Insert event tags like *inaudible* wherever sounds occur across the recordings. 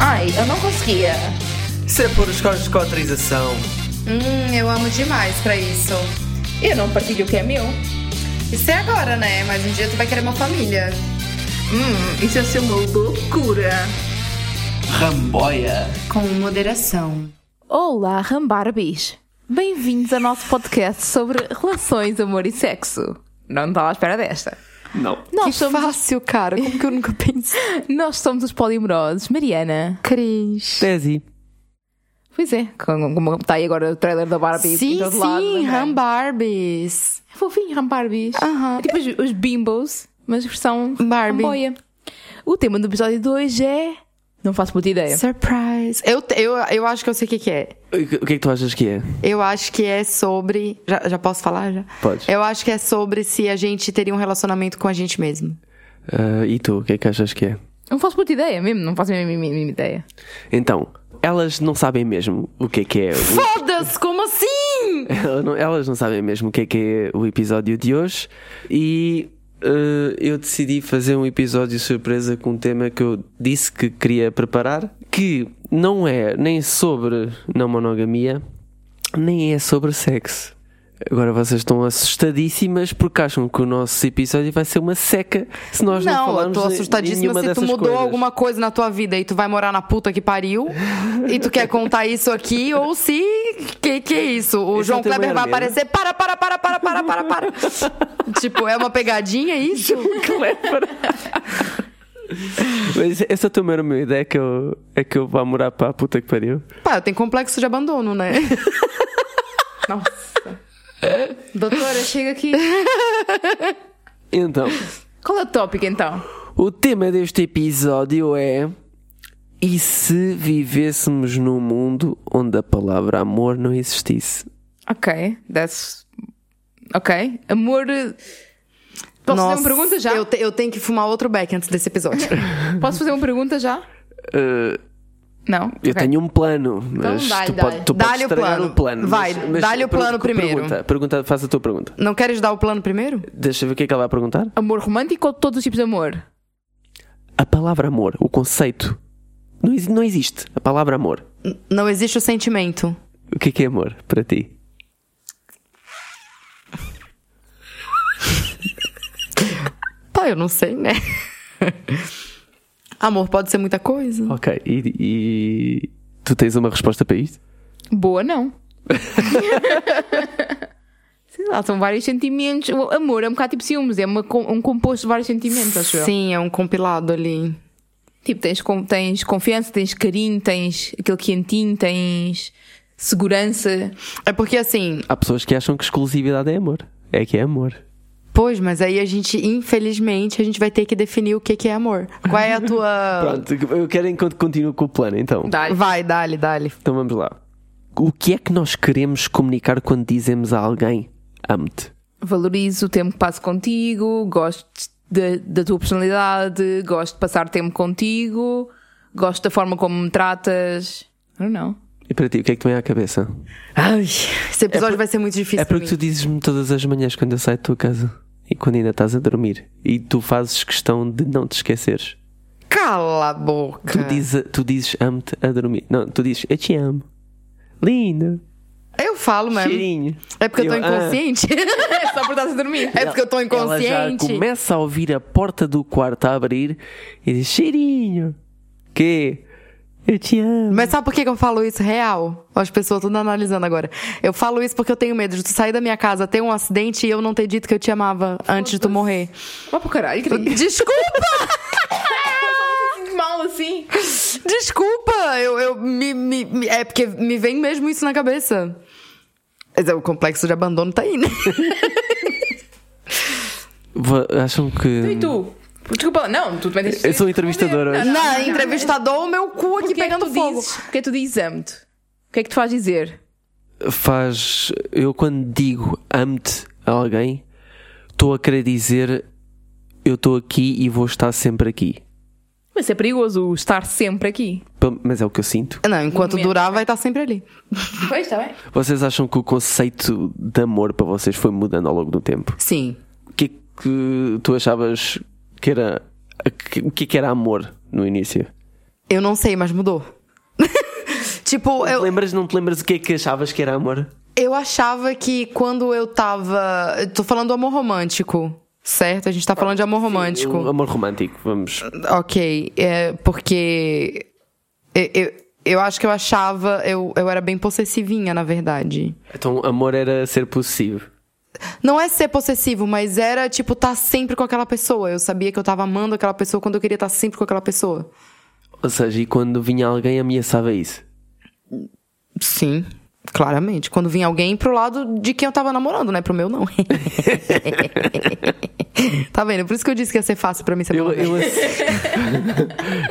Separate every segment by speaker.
Speaker 1: Ai, eu não conseguia.
Speaker 2: Isso é por escotrização.
Speaker 3: Hum, eu amo demais pra isso.
Speaker 1: E eu não partilho o que é meu.
Speaker 3: Isso é agora, né? Mas um dia tu vai querer uma família.
Speaker 1: Hum, isso ia ser uma loucura.
Speaker 2: Ramboia.
Speaker 3: Com moderação.
Speaker 4: Olá, Rambarbies! Bem-vindos ao nosso podcast sobre relações, amor e sexo. Não estava à espera desta.
Speaker 2: Não.
Speaker 4: Nós
Speaker 5: Que
Speaker 4: somos,
Speaker 5: fácil, cara. Como que eu nunca *laughs* pensei?
Speaker 4: nós somos os polimorosos. Mariana.
Speaker 5: Cris.
Speaker 2: Tesi.
Speaker 4: Pois é, como como está aí agora o trailer da Barbie em
Speaker 5: Sim,
Speaker 4: todo lado,
Speaker 5: sim,
Speaker 4: não é?
Speaker 5: Ram Barbies.
Speaker 4: Fofinho, Ram Barbies.
Speaker 5: Aham.
Speaker 4: É tipo os, os bimbos, mas versão
Speaker 5: Barbie.
Speaker 4: ramboia. O tema do episódio 2 é... Não faço puta ideia.
Speaker 5: Surprise. É. Eu, te- eu, eu acho que eu sei o que, que é.
Speaker 2: O que o que é que tu achas que é?
Speaker 5: Eu acho que é sobre. Já, já posso falar? Já?
Speaker 2: Pode.
Speaker 5: Eu acho que é sobre se a gente teria um relacionamento com a gente mesmo.
Speaker 2: Ah, e tu, o que é que achas que é?
Speaker 4: Não faço puta ideia mesmo, não faço a mínima- mínima ideia.
Speaker 2: Então, elas não sabem mesmo o que é que é. o-
Speaker 5: Foda-se, como assim?
Speaker 2: Ela não- Elas não sabem mesmo o que é que é o episódio de hoje e eh, eu decidi fazer um episódio surpresa com um tema que eu disse que queria preparar, que não é nem sobre não monogamia, nem é sobre sexo. Agora vocês estão assustadíssimas porque acham que o nosso episódio vai ser uma seca se nós não,
Speaker 5: Não, eu
Speaker 2: falarmos
Speaker 5: tô
Speaker 2: de-
Speaker 5: assustadíssima
Speaker 2: nenhuma
Speaker 5: se tu
Speaker 2: dessas
Speaker 5: mudou
Speaker 2: coisas.
Speaker 5: alguma coisa na tua vida e tu vai morar na puta que
Speaker 2: *laughs*
Speaker 5: pariu e tu quer contar isso aqui ou se. Que que é isso? O
Speaker 2: Esse é
Speaker 5: João
Speaker 2: o teu
Speaker 5: Kleber
Speaker 2: maior
Speaker 5: vai
Speaker 2: medo.
Speaker 5: aparecer. Para, para, para, para, para, para,
Speaker 2: *laughs*
Speaker 5: para. tipo, é uma pegadinha isso?
Speaker 2: *laughs* Mas essa também era a minha ideia é que eu, é que eu vá morar para a puta que pariu.
Speaker 5: Pá, eu tenho complexo de abandono, né?
Speaker 4: Nossa. Doutora, chega aqui.
Speaker 2: Então,
Speaker 4: *laughs* Qual é o tópico então?
Speaker 2: O tema deste episódio é: E se vivêssemos num mundo onde a palavra amor não existisse?
Speaker 4: Ok, that's. Ok. Amor. eh, Posso fazer uma pergunta já?
Speaker 5: Eu, te- eu tenho que fumar outro beck antes desse
Speaker 2: *laughs*
Speaker 5: episódio.
Speaker 4: Posso fazer uma pergunta já?
Speaker 2: Uh,
Speaker 4: Não?
Speaker 2: eu
Speaker 4: Ok.
Speaker 2: tenho um plano, mas
Speaker 4: dá-lhe,
Speaker 2: tu,
Speaker 4: dá-lhe.
Speaker 2: pode, tu
Speaker 5: Então Dá-lhe
Speaker 2: podes
Speaker 5: o
Speaker 2: estragar
Speaker 5: plano.
Speaker 2: o plano.
Speaker 5: Vai,
Speaker 2: mas- mas
Speaker 5: dá-lhe o
Speaker 2: per-
Speaker 5: plano primeiro.
Speaker 2: Pergunta, pergunta, faz a tua pergunta.
Speaker 5: Não queres dar o plano primeiro?
Speaker 2: Deixa eu ver o que é que ela vai perguntar.
Speaker 4: Amor romântico ou todos os tipos de amor?
Speaker 2: A palavra amor, o conceito, não, exi- não existe. A palavra amor.
Speaker 5: N- Não existe o sentimento.
Speaker 2: O que é que é amor para ti?
Speaker 5: Pá, eu não sei,
Speaker 2: *laughs*
Speaker 5: né? Amor pode ser muita coisa.
Speaker 2: Ok, e, e tu tens uma resposta para isto?
Speaker 4: Boa, não.
Speaker 2: *laughs*
Speaker 4: Sei lá, são vários sentimentos. O amor é um bocado tipo ciúmes, é uma com- um composto de vários sentimentos, acho eu.
Speaker 5: Sim, é um compilado ali.
Speaker 4: Tipo, tens, con- tens confiança, tens carinho, tens aquele quentinho, tens segurança.
Speaker 5: É porque assim,
Speaker 2: Há pessoas que acham que exclusividade é amor. É que é amor.
Speaker 5: pois, mas aí a gente, infelizmente, a gente vai ter que definir o que que é amor. Qual é a
Speaker 2: *laughs*
Speaker 5: tua.
Speaker 2: Pronto, eu quero enquanto continuo com o plano, então.
Speaker 4: Dá-lhe.
Speaker 5: Vai, dale, dale.
Speaker 2: Então vamos lá. O que é que nós queremos comunicar quando dizemos a alguém amo-te?
Speaker 4: valorizo o tempo que passo contigo, gosto de- da tua personalidade, gosto de passar tempo contigo, gosto da forma como me tratas. Não, não.
Speaker 2: E para ti, o que é que te vem à cabeça?
Speaker 5: Ai, esse episódio vai ser muito difícil.
Speaker 2: é
Speaker 5: pra
Speaker 2: porque tu dizes-me todas as manhãs quando eu saio da tua casa e quando ainda estás a dormir e tu fazes questão de não te esqueceres.
Speaker 5: mim. Cala a boca.
Speaker 2: Tu dizes, tu dizes amo-te a dormir. Não, tu dizes eu te amo. Lindo.
Speaker 5: Eu falo mesmo.
Speaker 2: Cheirinho.
Speaker 5: É porque eu tô
Speaker 2: Eu- ah.
Speaker 5: inconsciente.
Speaker 4: *laughs* Só por estás a dormir.
Speaker 5: é porque eu tô
Speaker 2: Ela já
Speaker 5: inconsciente.
Speaker 2: começa a ouvir a porta do quarto a abrir e diz cheirinho. Que? Eu te amo.
Speaker 5: Mas sabe por que que eu falo isso real? As pessoas tudo analisando agora. Eu falo isso porque eu tenho medo de tu sair da minha casa, ter um acidente e eu não ter dito que eu te amava antes de tu morrer.
Speaker 4: Vá pro caralho, querido.
Speaker 5: Desculpa!
Speaker 4: Mal assim.
Speaker 5: Desculpa! Eu, eu me, me- me- é porque me vem mesmo isso na cabeça. Mas é, o complexo de abandono tá aí, né?
Speaker 2: Va- Acham
Speaker 4: E
Speaker 2: que.
Speaker 4: tu? Desculpa, não, tu também tens
Speaker 2: Eu sou entrevistador hoje.
Speaker 5: Na entrevistador, o meu cu aqui
Speaker 4: Porquê é que
Speaker 5: pegando
Speaker 4: tu
Speaker 5: fogo.
Speaker 4: dizes? Porquê é que tu dizes amo-te? O que é que tu faz dizer?
Speaker 2: Faz. Eu quando digo amo-te a alguém, estou a querer dizer eu estou aqui e vou estar sempre aqui.
Speaker 4: Mas é perigoso o estar sempre aqui.
Speaker 2: Pelo- Mas é o que eu sinto.
Speaker 5: Não, enquanto
Speaker 4: Momento.
Speaker 5: durar, vai estar sempre ali.
Speaker 4: Pois, está bem.
Speaker 2: Vocês acham que o conceito de amor para vocês foi mudando ao longo do tempo?
Speaker 5: Sim.
Speaker 2: O que é que tu achavas que era. que- O que é que era amor no início?
Speaker 5: Eu não sei, mas mudou. *laughs* tipo, eu,
Speaker 2: Lembras, não te lembras o que é que achavas que era amor?
Speaker 5: eu achava que quando eu tava. eu Tô falando amor romântico, certo? A gente tá falando de amor romântico.
Speaker 2: Um amor romântico, vamos.
Speaker 5: Ok, é porque eu, eu, eu acho que eu achava, eu, eu era bem possessivinha, na verdade.
Speaker 2: Então, amor era ser possível.
Speaker 5: Não é ser possessivo, mas era tipo tá sempre com aquela pessoa. Eu sabia que eu tava amando aquela pessoa quando eu queria estar sempre com aquela pessoa.
Speaker 2: Ou seja, e quando vinha alguém ameaçava isso.
Speaker 5: Sim, claramente. Quando vinha alguém pro lado de quem eu tava namorando, né? Pro meu *laughs* não. tá vendo? Por isso que eu disse que ia ser fácil pra mim ser
Speaker 2: Eu,
Speaker 5: eu,
Speaker 2: eu, asso-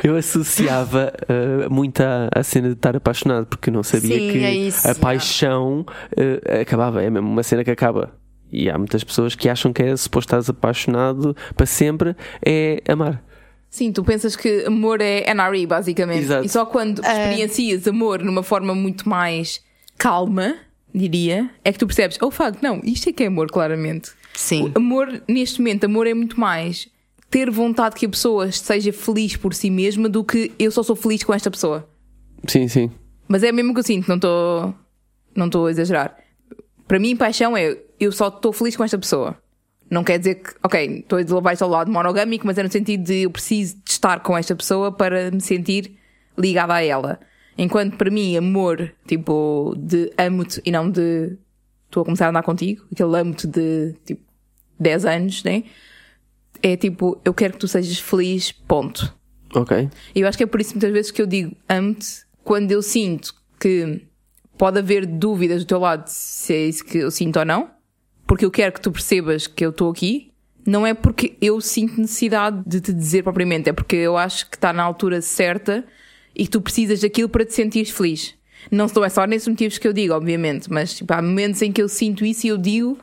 Speaker 2: *laughs* eu associava eh, muito à, à cena de estar apaixonado, porque eu não sabia
Speaker 5: Sim,
Speaker 2: que
Speaker 5: é isso.
Speaker 2: a paixão eh, acabava. É mesmo uma cena que acaba. E há muitas pessoas que acham que é suposto estás apaixonado para sempre, é amar.
Speaker 4: Sim, tu pensas que amor é NRE, basicamente.
Speaker 2: Exato.
Speaker 4: E só quando experiencias amor numa forma muito mais calma, diria, é que tu percebes, oh fuck, não, isto é que é amor, claramente.
Speaker 5: Sim.
Speaker 4: O amor, neste momento, amor é muito mais ter vontade que a pessoa seja feliz por si mesma do que eu só sou feliz com esta pessoa.
Speaker 2: Sim, sim.
Speaker 4: Mas é mesmo que eu sinto, não estou não estou a exagerar. Para mim, paixão é eu só estou feliz com esta pessoa. Não quer dizer que, ok, estou a levar isto ao lado monogâmico, mas é no sentido de eu preciso de estar com esta pessoa para me sentir ligada a ela. Enquanto para mim, amor, tipo, de amo-te e não de estou a começar a andar contigo, aquele amo-te de, tipo, 10 anos, né? É tipo, eu quero que tu sejas feliz, ponto.
Speaker 2: Ok.
Speaker 4: E Eu acho que é por isso muitas vezes que eu digo amo-te quando eu sinto que pode haver dúvidas do teu lado se é isso que eu sinto ou não, porque eu quero que tu percebas que eu estou aqui. Não é porque eu sinto necessidade de te dizer propriamente, é porque eu acho que está na altura certa e que tu precisas daquilo para te sentires feliz. Não são- é só nesses motivos que eu digo, obviamente, mas tipo, há momentos em que eu sinto isso e eu digo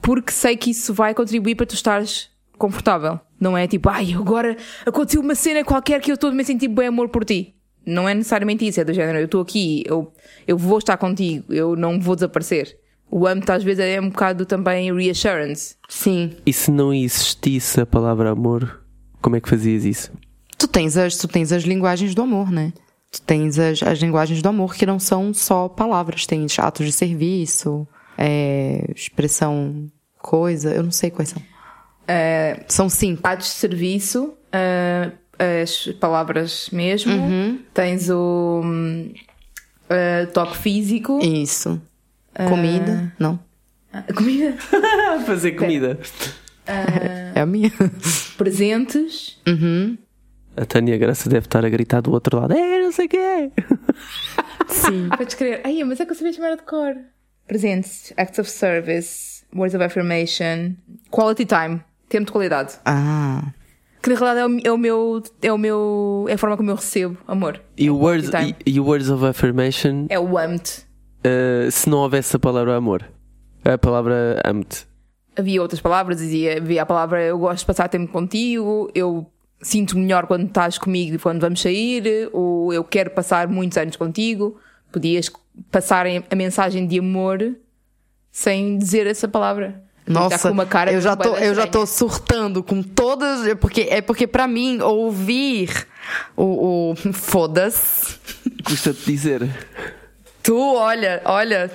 Speaker 4: porque sei que isso vai contribuir para tu estares confortável. Não é tipo, ai, agora aconteceu uma cena qualquer que eu estou a me sentir bem amor por ti. Não é necessariamente isso, é do género, eu estou aqui, eu, eu vou estar contigo, eu não vou desaparecer. O amo às vezes é um bocado também reassurance.
Speaker 5: Sim.
Speaker 2: E se não existisse a palavra amor, como é que fazias isso?
Speaker 5: Tu tens as, tu tens as linguagens do amor, né? Tu tens as, as linguagens do amor que não são só palavras, tem atos de serviço, é, expressão, coisa, eu não sei quais são. são cinco.
Speaker 4: Atos de serviço, ah, as palavras mesmo, tens o hum, ah, toque físico,
Speaker 5: Isso. Comida, não.
Speaker 4: a comida,
Speaker 2: *laughs* Fazer comida.
Speaker 5: É a minha.
Speaker 4: presentes.
Speaker 2: A Tânia Graça deve estar a gritar do outro lado: É, não sei o quê.
Speaker 5: Sim.
Speaker 4: *laughs* Podes crer. Ai, mas é que eu sabia chamar de cor. Presentes, acts of service, words of affirmation, quality time, tempo de qualidade.
Speaker 5: *laughs* Ah.
Speaker 4: Que na realidade é o, é o meu. É o meu. É a forma como eu recebo amor.
Speaker 2: E o words,
Speaker 4: time.
Speaker 2: e, e o words of affirmation,
Speaker 4: É o amo-te.
Speaker 2: eh, se não houvesse a palavra amor, a palavra amo-te.
Speaker 4: Havia outras palavras, dizia, havia a palavra eu gosto de passar tempo contigo, eu sinto melhor quando estás comigo e quando vamos sair, ou eu quero passar muitos anos contigo. Podias passar a mensagem de amor sem dizer essa palavra. Está
Speaker 5: Nossa,
Speaker 4: com uma cara
Speaker 5: eu já tô,
Speaker 4: bué da
Speaker 5: eu já
Speaker 4: estranha.
Speaker 5: tô surtando com todas, é porque é porque para mim ouvir o, *laughs* o foda-se
Speaker 2: Custa-te dizer.
Speaker 5: Tu, olha, olha.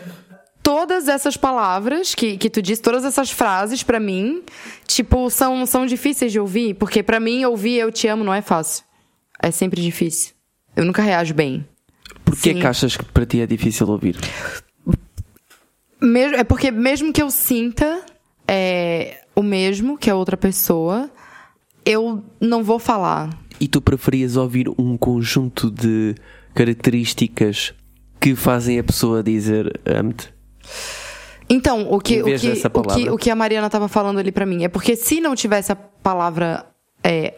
Speaker 5: Todas essas palavras que, que tu diz, todas essas frases, pra mim, tipo, são, são difíceis de ouvir, porque pra mim ouvir eu te amo não é fácil. É sempre difícil. Eu nunca reajo bem.
Speaker 2: Porquê
Speaker 5: Sim.
Speaker 2: que achas que para ti é difícil ouvir?
Speaker 5: Mesmo, é porque mesmo que eu sinta é, o mesmo que a outra pessoa, eu não vou falar.
Speaker 2: E tu preferias ouvir um conjunto de características que fazem a pessoa dizer amo-te?
Speaker 5: Então, o que,
Speaker 2: Em
Speaker 5: o
Speaker 2: vez
Speaker 5: que,
Speaker 2: dessa
Speaker 5: o que,
Speaker 2: palavra.
Speaker 5: o que a Mariana tava falando ali pra mim é porque se não tivesse a palavra. é,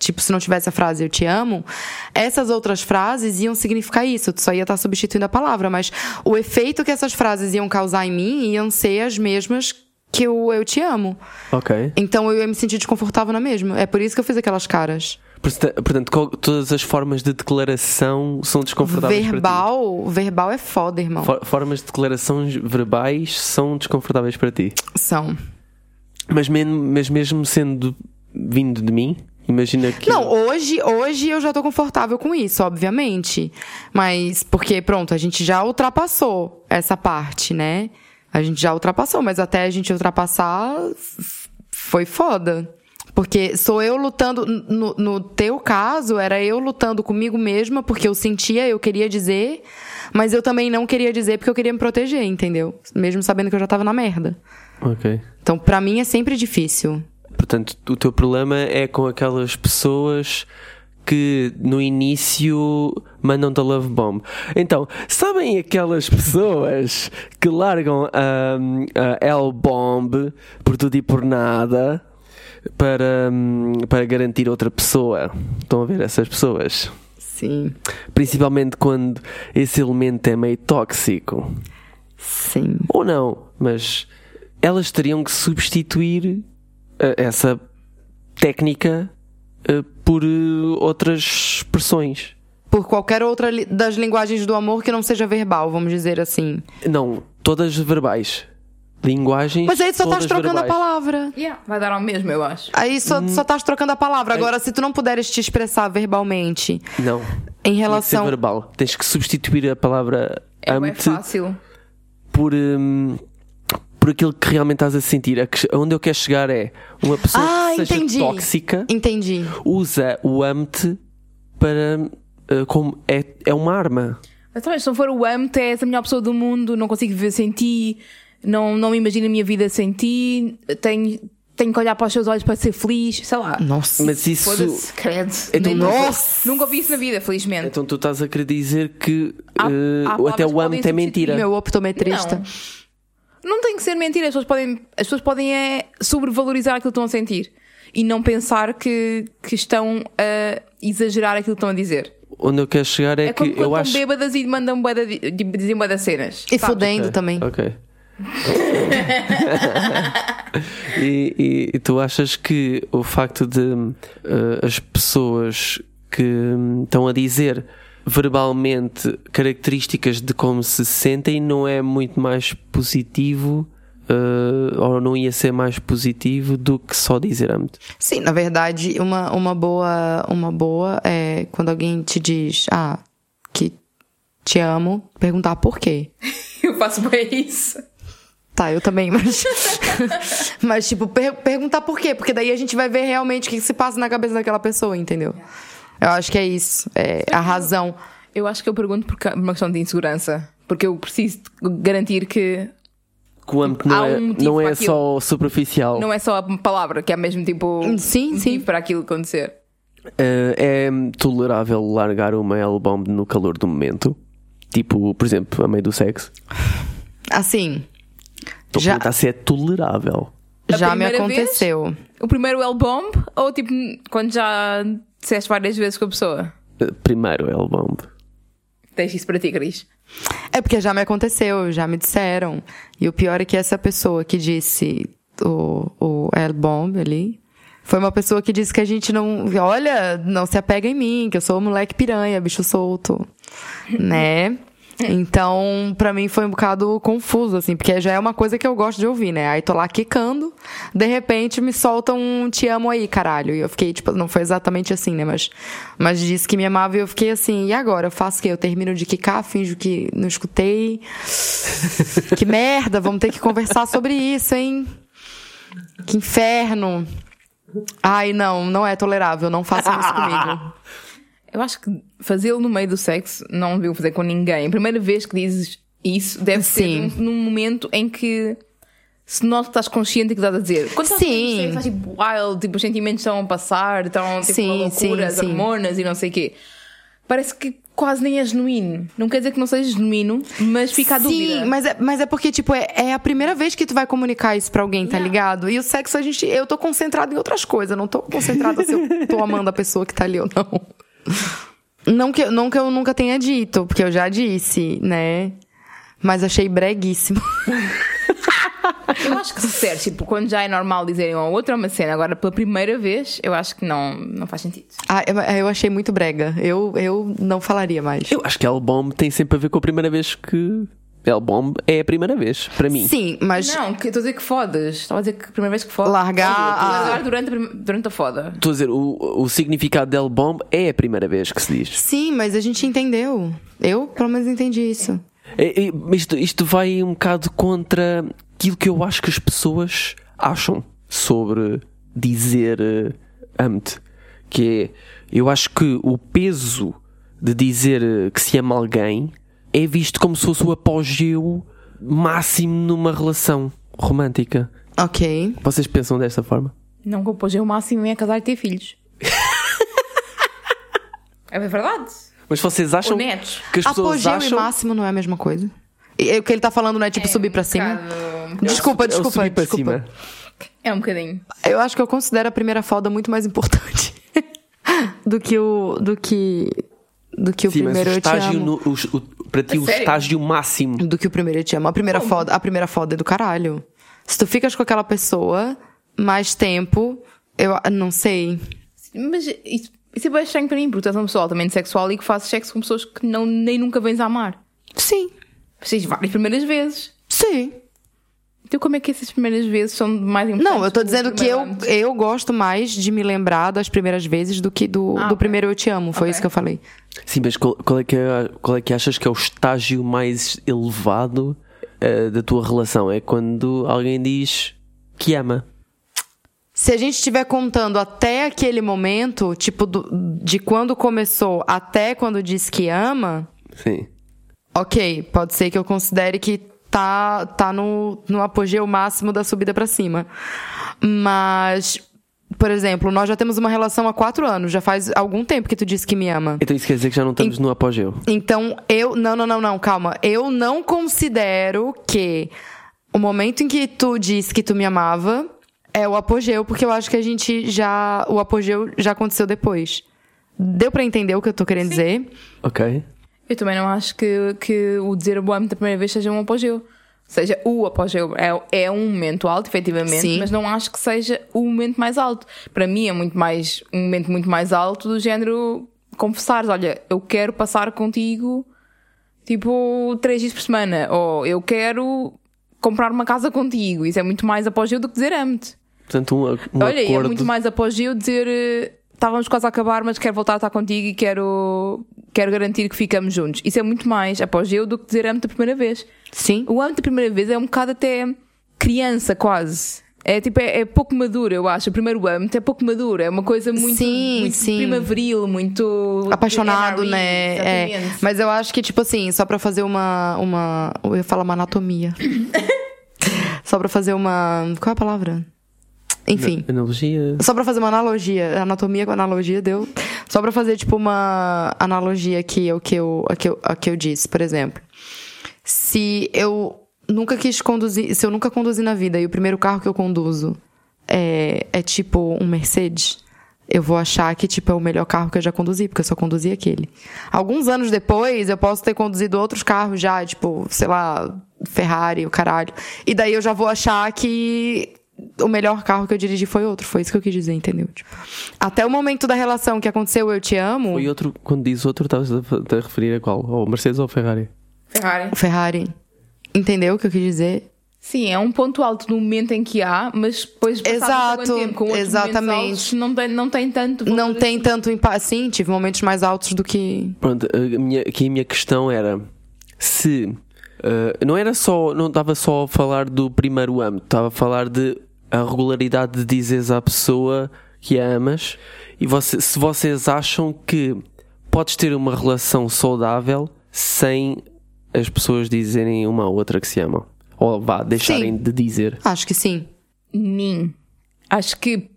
Speaker 5: tipo, se não tivesse a frase eu te amo, essas outras frases iam significar isso. Tu só ia estar substituindo a palavra, mas o efeito que essas frases iam causar em mim iam ser as mesmas que o eu te amo.
Speaker 2: Ok.
Speaker 5: Então eu ia me sentir desconfortável na mesma. É por isso que eu fiz aquelas caras.
Speaker 2: Porta- Portanto, qual- todas as formas de declaração são desconfortáveis para ti.
Speaker 5: Verbal, verbal é foda, irmão.
Speaker 2: For- Formas de declarações verbais são desconfortáveis para ti.
Speaker 5: São.
Speaker 2: Mas men- mas mesmo sendo vindo de mim, Imagina que.
Speaker 5: Não, hoje, hoje eu já tô confortável com isso, obviamente. Mas porque, pronto, a gente já ultrapassou essa parte, né? A gente já ultrapassou, mas até a gente ultrapassar f- foi foda. Porque sou eu lutando, no, no teu caso, era eu lutando comigo mesma, porque eu sentia, eu queria dizer, mas eu também não queria dizer porque eu queria me proteger, entendeu? Mesmo sabendo que eu já tava na merda.
Speaker 2: Ok.
Speaker 5: Então, pra mim é sempre difícil.
Speaker 2: Portanto, o teu problema é com aquelas pessoas que no início mandam-te a love bomb. Então, sabem aquelas pessoas que largam hum, a L-bomb por tudo e por nada para, hum, para garantir outra pessoa? Estão a ver essas pessoas?
Speaker 5: Sim,
Speaker 2: Principalmente quando esse elemento é meio tóxico.
Speaker 5: sim.
Speaker 2: Ou não, mas elas teriam que substituir eh, essa técnica eh, por eh, outras expressões.
Speaker 5: por qualquer outra li- das linguagens do amor que não seja verbal, vamos dizer assim.
Speaker 2: Não, todas verbais. Linguagens.
Speaker 5: Mas aí só estás
Speaker 2: todas
Speaker 5: trocando
Speaker 2: verbais. Hum.
Speaker 5: a palavra.
Speaker 4: Yeah, vai dar ao mesmo, eu acho.
Speaker 5: Aí só, só estás trocando a palavra. Agora, se tu não puderes te expressar verbalmente
Speaker 2: Não.
Speaker 5: em
Speaker 2: Tem que ser
Speaker 5: relação.
Speaker 2: verbal. Tens que substituir a palavra
Speaker 4: É, bué
Speaker 2: ante
Speaker 4: fácil.
Speaker 2: por, hum, por aquilo que realmente estás a sentir. A que- Onde eu quero chegar é uma pessoa
Speaker 5: Ah,
Speaker 2: que seja
Speaker 5: entendi.
Speaker 2: tóxica.
Speaker 5: Entendi.
Speaker 2: usa o amte para. eh, como é, é uma arma.
Speaker 4: Mas também, se não for o amo, tu és a melhor pessoa do mundo, não consigo viver sem ti, não, não me imagino a minha vida sem ti, tenho, tenho que olhar para os teus olhos para ser feliz, sei lá.
Speaker 5: Nossa. É
Speaker 2: Mas isso.
Speaker 4: Foda-se, credo.
Speaker 2: Então,
Speaker 4: Nem-
Speaker 5: nossa!
Speaker 4: Nunca ouvi isso na vida, felizmente.
Speaker 2: Então tu estás a querer dizer que
Speaker 4: Há-
Speaker 2: eh,
Speaker 4: há
Speaker 2: até
Speaker 4: palavras que
Speaker 2: o amte
Speaker 4: podem
Speaker 2: é mentira.
Speaker 5: Meu optometrista.
Speaker 4: Não tem que ser mentira, as pessoas podem, as pessoas podem é, sobrevalorizar aquilo que estão a sentir e não pensar que, que estão a exagerar aquilo que estão a dizer.
Speaker 2: Onde eu quero chegar é,
Speaker 4: É
Speaker 2: que
Speaker 4: como quando
Speaker 2: eu
Speaker 4: estão
Speaker 2: acho.
Speaker 4: bêbadas e mandam bué de- de- dizem bué de cenas.
Speaker 5: E
Speaker 4: sabe?
Speaker 5: fudendo também.
Speaker 2: É, Ok. *laughs* e, e- e tu achas que o facto de eh, as pessoas que hum, estão a dizer verbalmente características de como se sentem não é muito mais positivo eh, ou não ia ser mais positivo do que só dizer amo-te?
Speaker 5: Sim, na verdade, uma, uma boa uma boa é quando alguém te diz, ah, que te amo, perguntar por quê.
Speaker 4: Eu faço bem isso.
Speaker 5: Tá, eu também, mas. *laughs* mas, tipo, per- perguntar por quê? Porque daí a gente vai ver realmente o que, que se passa na cabeça daquela pessoa, entendeu? Eu acho que é isso. É a razão.
Speaker 4: Eu acho que eu pergunto por ca- uma questão de insegurança, porque eu preciso de garantir que
Speaker 2: Que o amo-te não
Speaker 4: Há
Speaker 2: é,
Speaker 4: um motivo
Speaker 2: não é
Speaker 4: para aquilo.
Speaker 2: só superficial.
Speaker 4: não é só a palavra, que é mesmo tipo
Speaker 5: Hum, Sim, sim.
Speaker 4: motivo para aquilo acontecer.
Speaker 2: Eh, é tolerável largar uma L-bomb no calor do momento? Tipo, por exemplo, a meio do sexo?
Speaker 5: Assim,
Speaker 2: Estou
Speaker 5: Já-
Speaker 2: a perguntar se é tolerável.
Speaker 4: A
Speaker 5: já me
Speaker 4: primeira vez?
Speaker 5: aconteceu.
Speaker 4: O primeiro L-bomb ou tipo quando já disseste várias vezes com a pessoa?
Speaker 2: Uh, Primeiro L-bomb.
Speaker 4: Deixa isso para ti, Cris.
Speaker 5: É porque já me aconteceu, já me disseram. E o pior é que essa pessoa que disse o, o El Bomb ali. Foi uma pessoa que disse que a gente não. Olha, não se apega em mim, que eu sou um moleque piranha, bicho
Speaker 4: *laughs*
Speaker 5: solto. Né? Então, pra mim foi um bocado confuso, assim, porque já é uma coisa que eu gosto de ouvir, né? Aí tô lá quicando, de repente me solta um te amo aí, caralho. E eu fiquei, tipo, não foi exatamente assim, né? Mas, mas disse que me amava e eu fiquei assim, e agora? Eu faço o quê? Eu termino de quicar, finjo que não escutei. *laughs* que merda, vamos ter que conversar sobre isso, hein? Que inferno. Ai, não, não é tolerável, não façam isso comigo.
Speaker 4: Eu acho que fazê-lo no meio do sexo não deviam fazer com ninguém. A primeira vez que dizes isso deve
Speaker 5: Sim.
Speaker 4: ser num, num momento em que se nota que estás consciente do que estás a dizer. Quando estás
Speaker 5: Sim.
Speaker 4: no sexo, estás tipo wild, tipo, os sentimentos estão a passar, estão tipo
Speaker 5: Sim,
Speaker 4: uma loucura,
Speaker 5: sim,
Speaker 4: as
Speaker 5: sim.
Speaker 4: hormonas e não sei o quê. Parece que quase nem é genuíno. Não quer dizer que não seja genuíno, mas fica a dúvida.
Speaker 5: Sim, mas é, mas é porque, tipo, é, é a primeira vez que tu vai comunicar isso pra alguém, tá ligado? E o sexo, a gente. Eu tô concentrada em outras coisas, eu não tô concentrada se eu tô amando a pessoa que tá ali ou não. Não que, eu- não que eu nunca tenha dito, porque eu já disse, né? Mas achei breguíssimo. *laughs*
Speaker 4: Eu acho que se serve, tipo, quando já é normal dizerem ao outro é uma cena, agora pela primeira vez, eu acho que não, não faz sentido.
Speaker 5: Ah, eu, eu achei muito brega. Eu, eu não falaria mais.
Speaker 2: Eu acho que L-bomb tem sempre a ver com a primeira vez que L-bomb é a primeira vez, para mim.
Speaker 5: Sim, mas
Speaker 4: Não, que- estou a dizer que fodas. Estava a dizer que a primeira vez que fodas.
Speaker 5: Largar a-
Speaker 4: Largar durante a, prim- durante a foda.
Speaker 2: Estou a dizer, o, o significado de L-bomb é a primeira vez que se diz.
Speaker 5: sim, mas a gente entendeu. Eu, pelo menos, entendi isso.
Speaker 2: É- é- mas isto, isto vai um bocado contra aquilo que eu acho que as pessoas acham sobre dizer eh, amo-te. Que é, eu acho que o peso de dizer eh, que se ama alguém é visto como se fosse o apogeu máximo numa relação romântica.
Speaker 5: Ok.
Speaker 2: Vocês pensam desta forma?
Speaker 4: Não, que pois é o máximo é casar e ter filhos. *laughs* é verdade.
Speaker 2: Mas vocês acham
Speaker 4: Ou netos.
Speaker 2: que as pessoas
Speaker 5: Apogeu e
Speaker 2: acham...
Speaker 5: máximo não é a mesma coisa. E- é o que ele tá falando não é tipo subir
Speaker 4: um
Speaker 5: pra cima. Desculpa,
Speaker 2: É o
Speaker 5: desculpa,
Speaker 2: subir para
Speaker 5: desculpa.
Speaker 2: cima.
Speaker 4: É um bocadinho.
Speaker 5: Eu acho que eu considero a primeira foda muito mais importante *laughs* do que o do que do que o
Speaker 2: Sim, mas
Speaker 5: primeiro
Speaker 2: o
Speaker 5: eu te
Speaker 2: estágio,
Speaker 5: amo.
Speaker 2: no, o- o- para ti, o
Speaker 4: sério?
Speaker 2: estágio máximo
Speaker 5: Do que o primeiro eu te amo. A primeira foda, a primeira foda é do caralho. Se tu ficas com aquela pessoa mais tempo, eu a- não sei.
Speaker 4: Mas isso, isso é bem estranho para mim, porque tu és uma pessoa altamente sexual e que fazes sexo com pessoas que não, nem nunca vens a amar.
Speaker 5: Sim.
Speaker 4: Vocês várias primeiras vezes.
Speaker 5: Sim.
Speaker 4: Então como é que essas primeiras vezes são mais importantes?
Speaker 5: Não, eu tô
Speaker 4: o
Speaker 5: dizendo que
Speaker 4: primeiro
Speaker 5: eu,
Speaker 4: é amo?
Speaker 5: eu gosto mais de me lembrar das primeiras vezes do que do, do
Speaker 4: Ah, ok.
Speaker 5: primeiro eu te amo. Foi
Speaker 4: Ok.
Speaker 5: isso que eu falei.
Speaker 2: Sim, mas qual, qual é que é- qual é que achas que é o estágio mais elevado eh, da tua relação? É quando alguém diz que ama.
Speaker 5: Se a gente estiver contando até aquele momento, tipo, do- de quando começou até quando diz que ama,
Speaker 2: Sim.
Speaker 5: ok, pode ser que eu considere que tá, tá no, no apogeu máximo da subida pra cima. Mas, por exemplo, nós já temos uma relação há quatro anos, já faz algum tempo que tu diz que me ama.
Speaker 2: Então isso quer dizer que já não estamos no apogeu.
Speaker 5: Então, eu. Não, não, não, não, calma. Eu não considero que o momento em que tu disse que tu me amava é o apogeu, porque eu acho que a gente já. O apogeu já aconteceu depois. Deu pra entender o que eu tô querendo dizer?
Speaker 2: Ok?
Speaker 4: Eu também não acho que, que o dizer boa da primeira vez seja um apogeu. Ou seja, o apogeu é, é um momento alto, efetivamente,
Speaker 5: Sim.
Speaker 4: mas não acho que seja o momento mais alto. Para mim é muito mais um momento muito mais alto do género confessares, olha, eu quero passar contigo tipo três dias por semana, ou eu quero comprar uma casa contigo. Isso é muito mais apogeu do que dizer amo-te.
Speaker 2: Portanto, um, ac- um
Speaker 4: Olha, e é
Speaker 2: acordo.
Speaker 4: muito mais apogeu dizer eh, estávamos quase a acabar, mas quero voltar a estar contigo e quero, quero garantir que ficamos juntos. Isso é muito mais apogeu do que dizer amo-te a primeira vez.
Speaker 5: Sim.
Speaker 4: O amo-te a primeira vez é um bocado até criança, quase. É tipo, é, é pouco maduro, eu acho. O primeiro amo-te é pouco maduro, é uma coisa muito,
Speaker 5: Sim,
Speaker 4: muito
Speaker 5: sim.
Speaker 4: primaveril, muito.
Speaker 5: Apaixonado,
Speaker 4: NRE,
Speaker 5: né? É.
Speaker 4: Exatamente.
Speaker 5: Mas eu acho que, tipo assim, só pra fazer uma. uma eu ia falar uma anatomia. só pra fazer uma. Qual é a palavra? Enfim.
Speaker 2: Analogia.
Speaker 5: Só pra fazer uma analogia, anatomia com analogia deu. Só pra fazer tipo uma analogia aqui ao que eu, a que eu, a que eu disse, por exemplo. Se eu nunca quis conduzir, se eu nunca conduzi na vida e o primeiro carro que eu conduzo é, é tipo um Mercedes, eu vou achar que tipo é o melhor carro que eu já conduzi, porque eu só conduzi aquele. Alguns anos depois, eu posso ter conduzido outros carros já, tipo, sei lá, Ferrari, o caralho. E daí eu já vou achar que o melhor carro que eu dirigi foi outro. Foi isso que eu quis dizer, entendeu? Tipo, até o momento da relação que aconteceu Eu Te Amo,
Speaker 2: E outro, quando diz outro, estás a, a referir a qual? Ou Mercedes ou Ferrari?
Speaker 4: Ferrari.
Speaker 5: o Ferrari. Entendeu o que eu quis dizer?
Speaker 4: Sim, é um ponto alto no momento em que há, mas depois passado
Speaker 5: Exato,
Speaker 4: algum tempo com outros momentos
Speaker 5: exatamente.
Speaker 4: altos, não tem, não tem tanto. valor
Speaker 5: Não tem tanto impacto. Sim, tive momentos mais altos do que.
Speaker 2: Pronto, a minha, aqui a minha questão era se eh, não era só, não estava só a falar do primeiro amo, estava a falar de a regularidade de dizeres à pessoa que a amas e você- se vocês acham que podes ter uma relação saudável sem as pessoas dizerem uma à outra que se amam. Ou vá, deixarem de dizer.
Speaker 5: Acho que sim.
Speaker 4: Nin. Acho que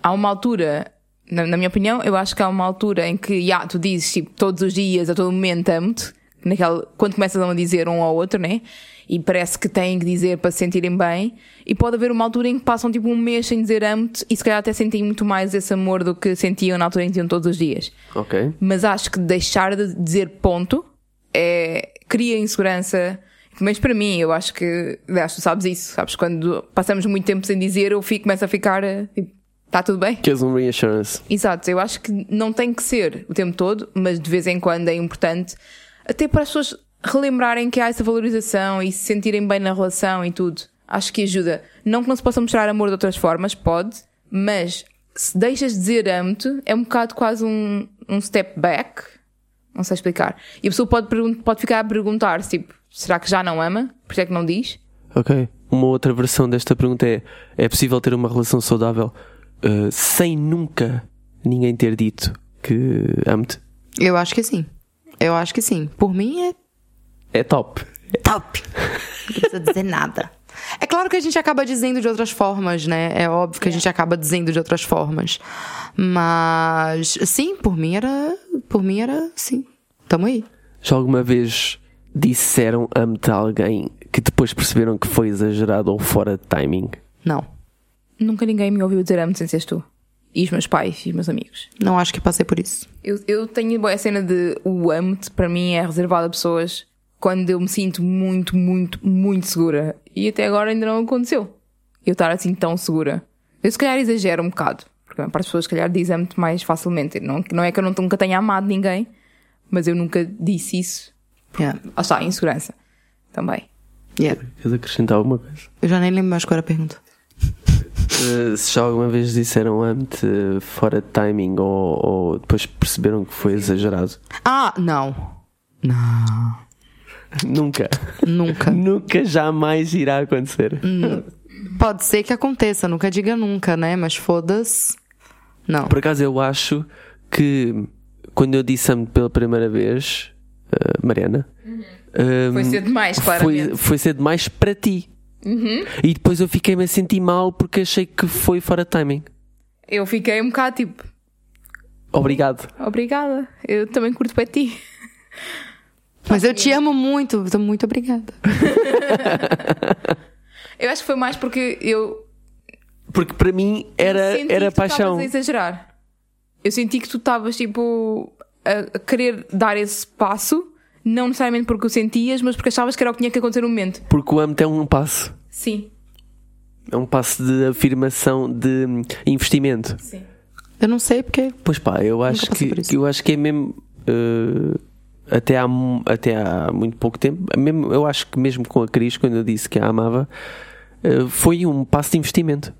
Speaker 4: há uma altura, na, na minha opinião, eu acho que há uma altura em que, já, tu dizes, tipo, todos os dias, a todo momento, amo-te. Naquela, quando começas a um dizer um ao outro, né? E parece que têm que dizer para se sentirem bem. E pode haver uma altura em que passam tipo um mês sem dizer amo-te e se calhar até sentem muito mais esse amor do que sentiam na altura em que tinham todos os dias.
Speaker 2: Ok?
Speaker 4: mas acho que deixar de dizer ponto é, cria insegurança. Mas para mim, eu acho que, aliás, tu sabes isso, sabes? Quando passamos muito tempo sem dizer, eu fico, começo a ficar eh, tipo, está tudo bem?
Speaker 2: Queres um reassurance?
Speaker 4: Exato, eu acho que não tem que ser o tempo todo, mas de vez em quando é importante, até para as pessoas relembrarem que há essa valorização e se sentirem bem na relação e tudo, acho que ajuda. Não que não se possa mostrar amor de outras formas, pode, mas se deixas de dizer amo-te, é um bocado quase um, um step back. Não sei explicar. E a pessoa pode, pergun- pode ficar a perguntar-se, tipo, será que já não ama? Por que é que não diz?
Speaker 2: Ok. Uma outra versão desta pergunta é: é possível ter uma relação saudável eh, sem nunca ninguém ter dito que amo-te?
Speaker 5: Eu acho que sim. Eu acho que sim. Por mim é
Speaker 2: É top.
Speaker 5: top. Não precisa dizer nada. É claro que a gente acaba dizendo de outras formas, né? É óbvio que a gente acaba dizendo de outras formas. Mas sim, por mim era. Por mim era sim. Tamo aí.
Speaker 2: Já alguma vez disseram amo-te a alguém que depois perceberam que foi exagerado ou fora de timing?
Speaker 5: Não.
Speaker 4: Nunca ninguém me ouviu dizer amo-te sem seres tu. E os meus pais e os meus amigos.
Speaker 5: Não acho que passei por isso.
Speaker 4: Eu, eu tenho boa cena de o amo-te, para mim é reservado a pessoas quando eu me sinto muito, muito, muito segura. E até agora ainda não aconteceu. Eu estar assim tão segura. Eu se calhar exagero um bocado. Porque para as pessoas, se calhar, dizem amo-te mais facilmente. Não, não é que eu não- nunca tenha amado ninguém, mas eu nunca disse isso.
Speaker 5: Yeah.
Speaker 4: Ah, está, insegurança. Também.
Speaker 5: Yeah.
Speaker 2: Queres acrescentar alguma coisa?
Speaker 5: Eu já nem lembro mais qual era a pergunta.
Speaker 2: Eh, se já alguma vez disseram amo-te eh, fora de timing ou, ou depois perceberam que foi exagerado?
Speaker 5: Ah, não. Não.
Speaker 2: Nunca.
Speaker 5: Nunca.
Speaker 2: Nunca jamais irá acontecer.
Speaker 5: Pode ser que aconteça, nunca diga nunca, né? Mas foda-se. Não.
Speaker 2: Por acaso eu acho que quando eu disse amo pela primeira vez, eh, Mariana, ehm,
Speaker 4: Uhum. Foi cedo demais, claramente. Uhum.
Speaker 2: Foi, foi ser demais para ti. E depois eu fiquei-me a sentir mal porque achei que foi fora de timing.
Speaker 4: Eu fiquei um bocado tipo,
Speaker 2: Obrigado.
Speaker 4: obrigada, eu também curto para ti.
Speaker 5: Mas eu te amo muito. Tô Muito obrigada.
Speaker 4: Eu acho que foi mais porque eu
Speaker 2: Porque para mim era,
Speaker 4: senti
Speaker 2: era
Speaker 4: que tu estavas
Speaker 2: paixão.
Speaker 4: a exagerar. Eu senti que tu estavas, tipo, a a querer dar esse passo, não necessariamente porque o sentias, mas porque achavas que era o que tinha que acontecer no momento.
Speaker 2: Porque o amo é um passo.
Speaker 4: Sim,
Speaker 2: É um passo de afirmação de hum, investimento.
Speaker 4: sim.
Speaker 5: Eu não sei porque.
Speaker 2: Pois pá, eu acho
Speaker 5: passei
Speaker 2: que
Speaker 5: por isso.
Speaker 2: eu acho que é mesmo eh, até, há, mu- até há muito pouco tempo, mesmo, eu acho que mesmo com a Cris, quando eu disse que a amava, eh, foi um passo de investimento.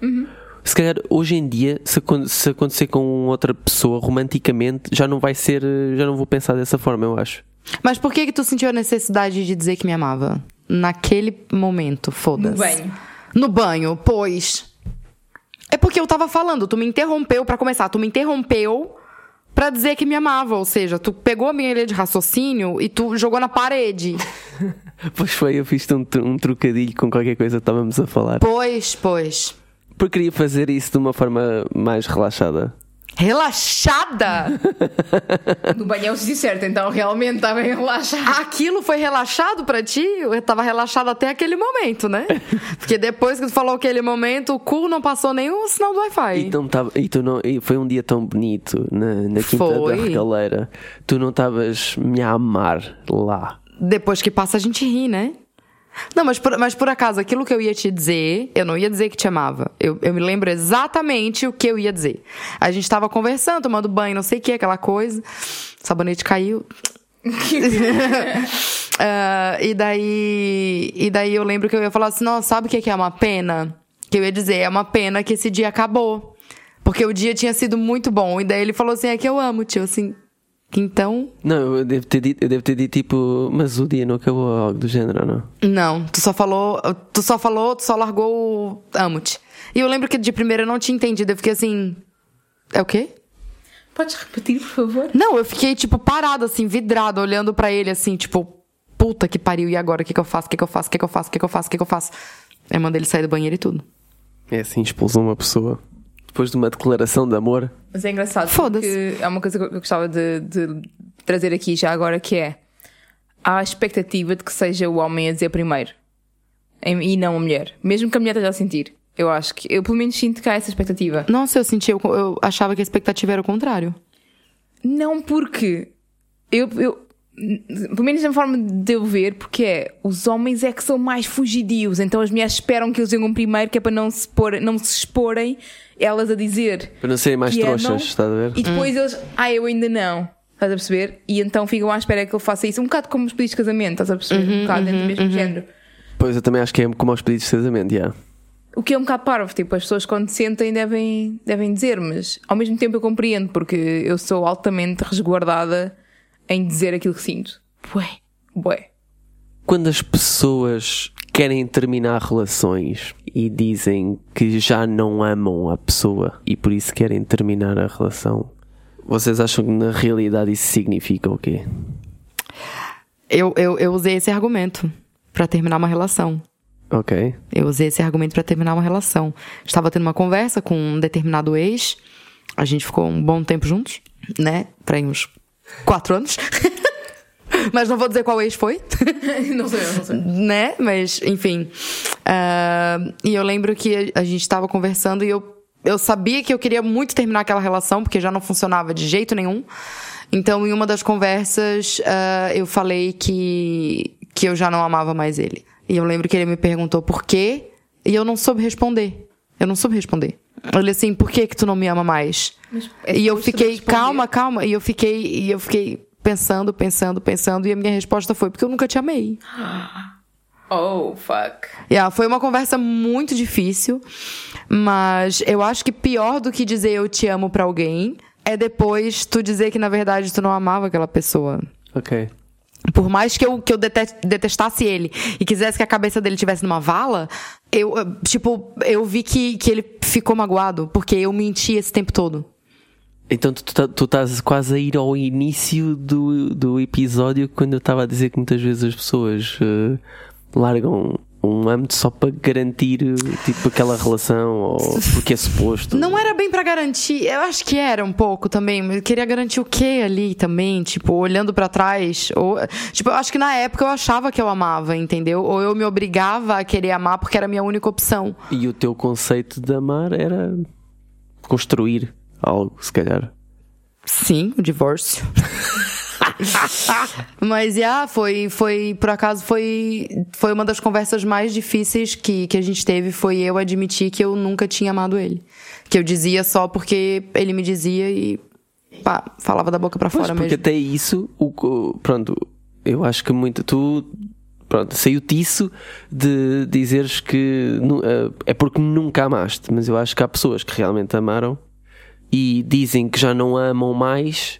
Speaker 5: Uhum.
Speaker 2: Se calhar hoje em dia, se, acon- se acontecer com outra pessoa romanticamente, já não vai ser, eh, já não vou pensar dessa forma, eu acho. *laughs*
Speaker 5: Mas por que que tu sentiu a necessidade de dizer que me amava? Naquele momento, foda-se.
Speaker 4: No banho.
Speaker 5: No banho, pois. É porque eu tava falando, tu me interrompeu pra começar, tu me interrompeu pra dizer que me amava, ou seja, tu pegou a minha ilha de raciocínio e tu jogou na parede.
Speaker 2: Pois foi, eu fiz um, tru- um trocadilho com qualquer coisa que estávamos a falar.
Speaker 5: Pois, pois.
Speaker 2: Porque queria fazer isso de uma forma mais relaxada.
Speaker 4: *laughs*
Speaker 5: Relaxada?
Speaker 4: No banho é o sítio certo, então realmente estava bem relaxado.
Speaker 5: Aquilo foi relaxado pra ti? Eu tava relaxado até aquele momento,
Speaker 4: *laughs*
Speaker 5: né? Porque depois que tu falou aquele momento, o cu não passou nenhum sinal do Wi-Fi.
Speaker 2: E, não tava, e tu não, e foi um dia tão bonito na, na quinta
Speaker 5: Foi.
Speaker 2: da regaleira. Tu não estavas me a amar lá.
Speaker 5: Depois que passa, a gente ri, né? Não, mas por, mas por acaso, aquilo que eu ia te dizer, eu não ia dizer que te amava. Eu, eu me lembro exatamente o que eu ia dizer. A gente tava conversando, tomando banho, não sei o que, aquela coisa. O sabonete caiu. *laughs* Ah, e daí. E daí eu lembro que eu ia falar assim: nossa, sabe o que que é uma pena? Que eu ia dizer, é uma pena que esse dia acabou. Porque o dia tinha sido muito bom. E daí ele falou assim: é que eu amo, tio. Assim, então,
Speaker 2: Não, eu devo ter dito, eu devo ter dito tipo, mas o dia não acabou, ou algo do género, ou não?
Speaker 5: Não, tu só falou, tu só falou, tu só largou o amo-te. E eu lembro que de primeira eu não tinha entendido, eu fiquei assim, é o quê?
Speaker 4: Podes repetir, por favor?
Speaker 5: Não, eu fiquei tipo parada assim, vidrada, olhando pra ele assim, tipo, puta que pariu, e agora o que que eu faço? O que que eu faço? O que que eu faço? O que que eu faço? O que que eu faço? Aí mandei ele sair do banheiro e tudo.
Speaker 2: É assim, expulsou uma pessoa. Depois de uma declaração de amor.
Speaker 4: Mas é engraçado.
Speaker 5: Foda-se.
Speaker 4: porque Há uma coisa que eu gostava de, de trazer aqui já agora que é há a expectativa de que seja o homem a dizer primeiro em- e não a mulher. Mesmo que a mulher esteja a sentir. Eu acho que eu pelo menos sinto que há essa expectativa.
Speaker 5: Nossa, eu senti, eu, eu achava que a expectativa era o contrário.
Speaker 4: Não porque eu, eu pelo menos na forma de eu ver, porque é os homens é que são mais fugidios, então as mulheres esperam que eles digam primeiro, que é para não se, pôr, não se exporem elas a dizer
Speaker 2: Para não serem mais
Speaker 4: que é amam,
Speaker 2: trouxas, estás a ver?
Speaker 4: E depois eles, ah, eu ainda não. Estás a perceber? E então ficam à espera que ele faça isso. Um bocado como os pedidos de casamento, estás a perceber? um bocado dentro do mesmo género.
Speaker 2: Pois eu também acho que é como aos pedidos de casamento, yeah.
Speaker 4: O que é um bocado parvo, tipo, as pessoas quando sentem devem, devem dizer, mas ao mesmo tempo eu compreendo, porque eu sou altamente resguardada em dizer aquilo que sinto. Bué, bué.
Speaker 2: Quando as pessoas querem terminar relações e dizem que já não amam a pessoa e por isso querem terminar a relação, vocês acham que na realidade isso significa o quê?
Speaker 5: Eu, eu, eu usei esse argumento pra terminar uma relação.
Speaker 2: Ok.
Speaker 5: Eu usei esse argumento pra terminar uma relação. Estava tendo uma conversa com um determinado ex. A gente ficou um bom tempo juntos, né? Pra aí uns quatro anos. *laughs* Mas não vou dizer qual ex foi.
Speaker 4: não sei, não sei.
Speaker 5: né? Mas, enfim. Ah, e eu lembro que a gente tava conversando e eu, eu sabia que eu queria muito terminar aquela relação, porque já não funcionava de jeito nenhum. Então, em uma das conversas, ah, eu falei que, que eu já não amava mais ele. E eu lembro que ele me perguntou por quê, e eu não soube responder. Eu não soube responder. Ele assim, por que que tu não me ama mais?
Speaker 4: é
Speaker 5: e eu
Speaker 4: justo
Speaker 5: fiquei,
Speaker 4: responder.
Speaker 5: calma, calma. E eu fiquei, e eu fiquei pensando, pensando, pensando. E a minha resposta foi, porque eu nunca te amei.
Speaker 4: Oh, fuck.
Speaker 5: Yeah, foi uma conversa muito difícil, mas eu acho que pior do que dizer eu te amo pra alguém é depois tu dizer que na verdade tu não amava aquela pessoa.
Speaker 2: Ok.
Speaker 5: Por mais que eu, que eu dete- detestasse ele e quisesse que a cabeça dele tivesse numa vala, eu, eh, tipo, eu vi que, que ele ficou magoado, porque eu menti esse tempo todo.
Speaker 2: Então tu, tu, tá- tu estás quase a ir ao início do, do episódio quando eu estava a dizer que muitas vezes as pessoas eh, largam um âmbito só para garantir eh, tipo aquela relação ou porque é suposto.
Speaker 5: Não era bem pra garantir, eu acho que era um pouco também, mas eu queria garantir o quê ali também, tipo, olhando pra trás, ou tipo, eu acho que na época eu achava que eu amava, entendeu? Ou eu me obrigava a querer amar porque era a minha única opção.
Speaker 2: E o teu conceito de amar era construir algo, se calhar.
Speaker 5: Sim, o divórcio. *laughs* Mas yeah, foi, foi, por acaso, foi, foi uma das conversas mais difíceis que, que a gente teve. Foi eu admitir que eu nunca tinha amado ele. Que eu dizia só porque ele me dizia e pá, falava da boca pra
Speaker 2: Pois,
Speaker 5: fora
Speaker 2: porque
Speaker 5: mesmo.
Speaker 2: até isso, o, co- pronto, eu acho que muito. Tu, pronto, saiu-te isso de dizeres que nu- eh, é porque nunca amaste, mas eu acho que há pessoas que realmente amaram e dizem que já não amam mais.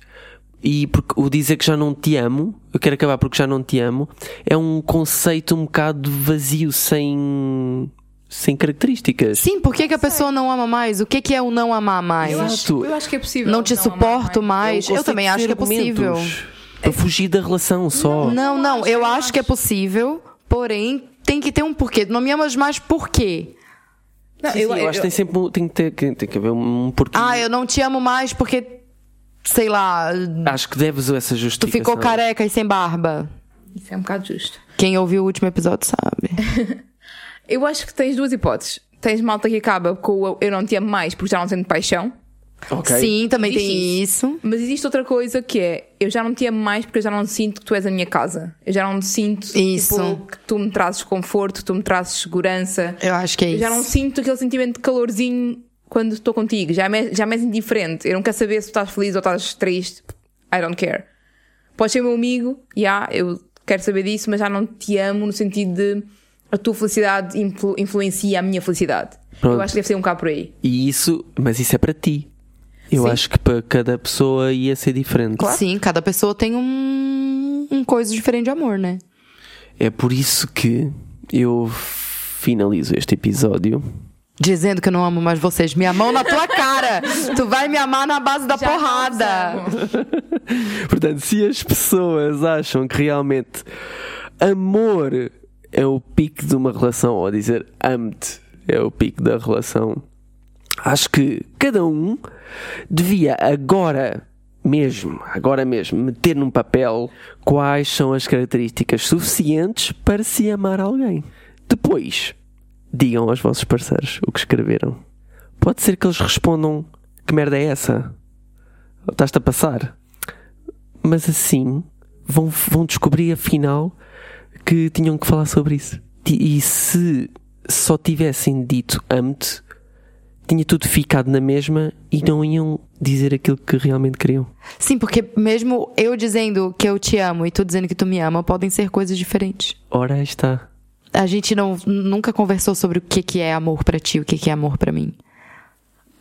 Speaker 2: E porque o dizer que já não te amo, eu quero acabar porque já não te amo, é um conceito um bocado vazio, sem, sem características.
Speaker 5: Sim, por que, que a pessoa não ama mais? O que, que é o não amar mais?
Speaker 4: Eu
Speaker 2: Exato.
Speaker 4: acho, eu acho que é possível.
Speaker 5: não te
Speaker 4: amar
Speaker 5: suporto mais? eu
Speaker 4: mais.
Speaker 2: conceito
Speaker 5: também
Speaker 2: de
Speaker 5: acho que é
Speaker 2: argumentos
Speaker 5: possível.
Speaker 2: Para fugir da relação só.
Speaker 5: Não, não, eu acho que é possível, porém tem que ter um porquê. Não me amas mais por quê?
Speaker 4: Não,
Speaker 2: Sim, sim, eu, acho que tem sempre um- tem que ter que- tem que haver um porquê.
Speaker 5: Ah, eu não te amo mais porque, sei lá,
Speaker 2: Acho que deves essa
Speaker 5: tu
Speaker 2: justificação.
Speaker 5: ficou careca e sem barba.
Speaker 4: Isso é um bocado justo.
Speaker 5: Quem ouviu o último episódio sabe.
Speaker 4: Eu acho que tens duas hipóteses. Tens malta que acaba com o eu não te amo mais porque já não sinto paixão.
Speaker 2: Ok.
Speaker 5: Sim, também
Speaker 4: Existe
Speaker 5: tem isso.
Speaker 4: Mas existe outra coisa que é eu já não te amo mais porque eu já não sinto que tu és a minha casa. Eu já não sinto
Speaker 5: Isso.
Speaker 4: tipo, que tu me trazes conforto, tu me trazes segurança.
Speaker 5: Eu acho que é
Speaker 4: Eu já não
Speaker 5: isso.
Speaker 4: sinto aquele sentimento de calorzinho quando estou contigo. Já me, já me és indiferente. Eu não quero saber se tu estás feliz ou estás triste. I don't care. Podes ser meu amigo, já, eu quero saber disso, mas já não te amo no sentido de a tua felicidade influ- influencia a minha felicidade.
Speaker 2: Pronto.
Speaker 4: Eu acho que deve ser um bocado por aí.
Speaker 2: E isso, mas isso é para ti. Eu
Speaker 4: Sim.
Speaker 2: acho que para cada pessoa ia ser diferente.
Speaker 5: Sim, cada pessoa tem um, um coisa diferente de amor, né?
Speaker 2: É por isso que eu finalizo este episódio.
Speaker 5: Dizendo que eu não amo mais vocês. Minha mão na tua *laughs* cara. tu vai me amar na base da
Speaker 4: Já não
Speaker 5: porrada.
Speaker 4: os amo.
Speaker 2: *laughs* Portanto, se as pessoas acham que realmente amor é o pico de uma relação, ou dizer amo-te é o pico da relação, acho que cada um devia agora mesmo, agora mesmo, meter num papel quais são as características suficientes para se amar alguém. Depois, digam aos vossos parceiros o que escreveram. Pode ser que eles respondam: que merda é essa? Estás-te a passar? mas assim vão, vão descobrir afinal que tinham que falar sobre isso. Ti- E se só tivessem dito amo tinha tudo ficado na mesma e não iam dizer aquilo que realmente queriam.
Speaker 5: Sim, porque mesmo eu dizendo que eu te amo e tu dizendo que tu me ama, podem ser coisas diferentes.
Speaker 2: Ora, aí está.
Speaker 5: A gente não, nunca conversou sobre o que, que é amor pra ti, o que, que é amor pra mim.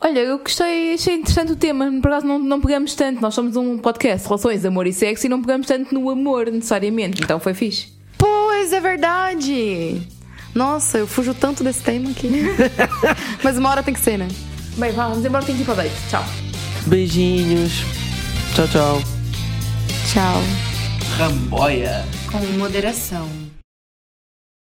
Speaker 4: Olha, eu gostei, achei interessante o tema. Por acaso não, não pegamos tanto. Nós somos um podcast, relações, amor e sexo, e não pegamos tanto no amor necessariamente. Então foi fixe.
Speaker 5: Pois é verdade! Nossa, eu fujo tanto desse tema *laughs* aqui. Mas uma hora tem que ser, né?
Speaker 4: Bem, vá, vamos embora, tenho que ir para o date. Tchau.
Speaker 2: Beijinhos. Tchau, tchau.
Speaker 5: Tchau.
Speaker 2: Ramboia.
Speaker 3: Com moderação.